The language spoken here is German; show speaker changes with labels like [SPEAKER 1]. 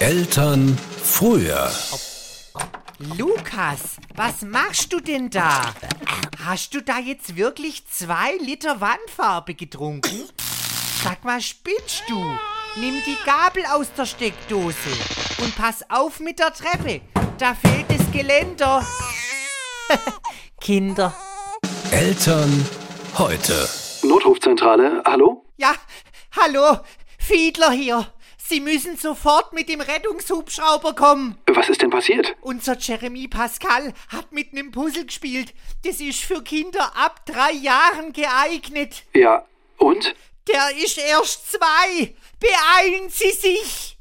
[SPEAKER 1] Eltern früher.
[SPEAKER 2] Lukas, was machst du denn da? Hast du da jetzt wirklich zwei Liter Wandfarbe getrunken? Sag mal, spinnst du? Nimm die Gabel aus der Steckdose und pass auf mit der Treppe. Da fehlt das Geländer. Kinder.
[SPEAKER 1] Eltern heute.
[SPEAKER 3] Notrufzentrale, hallo?
[SPEAKER 2] Ja, hallo, Fiedler hier. Sie müssen sofort mit dem Rettungshubschrauber kommen.
[SPEAKER 3] Was ist denn passiert?
[SPEAKER 2] Unser Jeremy Pascal hat mit einem Puzzle gespielt. Das ist für Kinder ab drei Jahren geeignet.
[SPEAKER 3] Ja, und?
[SPEAKER 2] Der ist erst zwei. Beeilen Sie sich!